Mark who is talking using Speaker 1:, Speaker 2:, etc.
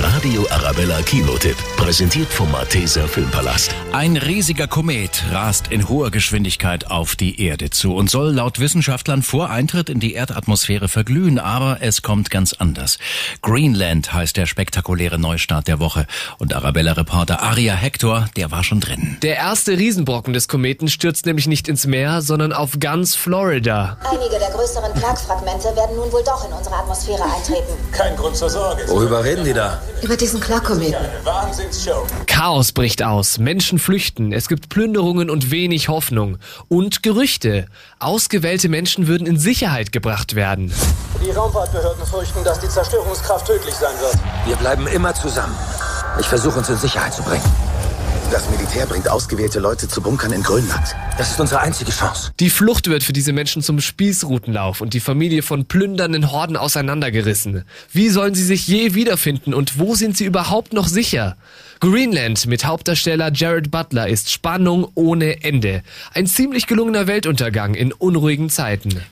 Speaker 1: Radio Arabella Kinotipp. Präsentiert vom Malteser Filmpalast.
Speaker 2: Ein riesiger Komet rast in hoher Geschwindigkeit auf die Erde zu und soll laut Wissenschaftlern vor Eintritt in die Erdatmosphäre verglühen, aber es kommt ganz anders. Greenland heißt der spektakuläre Neustart der Woche und Arabella-Reporter Aria Hector, der war schon drin.
Speaker 3: Der erste Riesenbrocken des Kometen stürzt nämlich nicht ins Meer, sondern auf ganz Florida.
Speaker 4: Einige der größeren Plagfragmente werden nun wohl doch in unsere Atmosphäre eintreten.
Speaker 5: Kein Grund zur Sorge.
Speaker 6: Worüber reden die da?
Speaker 4: Über diesen Klarkometen.
Speaker 5: Eine Wahnsinnsshow.
Speaker 3: Chaos bricht aus, Menschen flüchten, es gibt Plünderungen und wenig Hoffnung. Und Gerüchte. Ausgewählte Menschen würden in Sicherheit gebracht werden.
Speaker 5: Die Raumfahrtbehörden fürchten, dass die Zerstörungskraft tödlich sein wird.
Speaker 6: Wir bleiben immer zusammen. Ich versuche uns in Sicherheit zu bringen.
Speaker 7: Das Militär bringt ausgewählte Leute zu Bunkern in Grönland.
Speaker 6: Das ist unsere einzige Chance.
Speaker 3: Die Flucht wird für diese Menschen zum Spießrutenlauf und die Familie von plündernden Horden auseinandergerissen. Wie sollen sie sich je wiederfinden und wo sind sie überhaupt noch sicher? Greenland mit Hauptdarsteller Jared Butler ist Spannung ohne Ende. Ein ziemlich gelungener Weltuntergang in unruhigen Zeiten.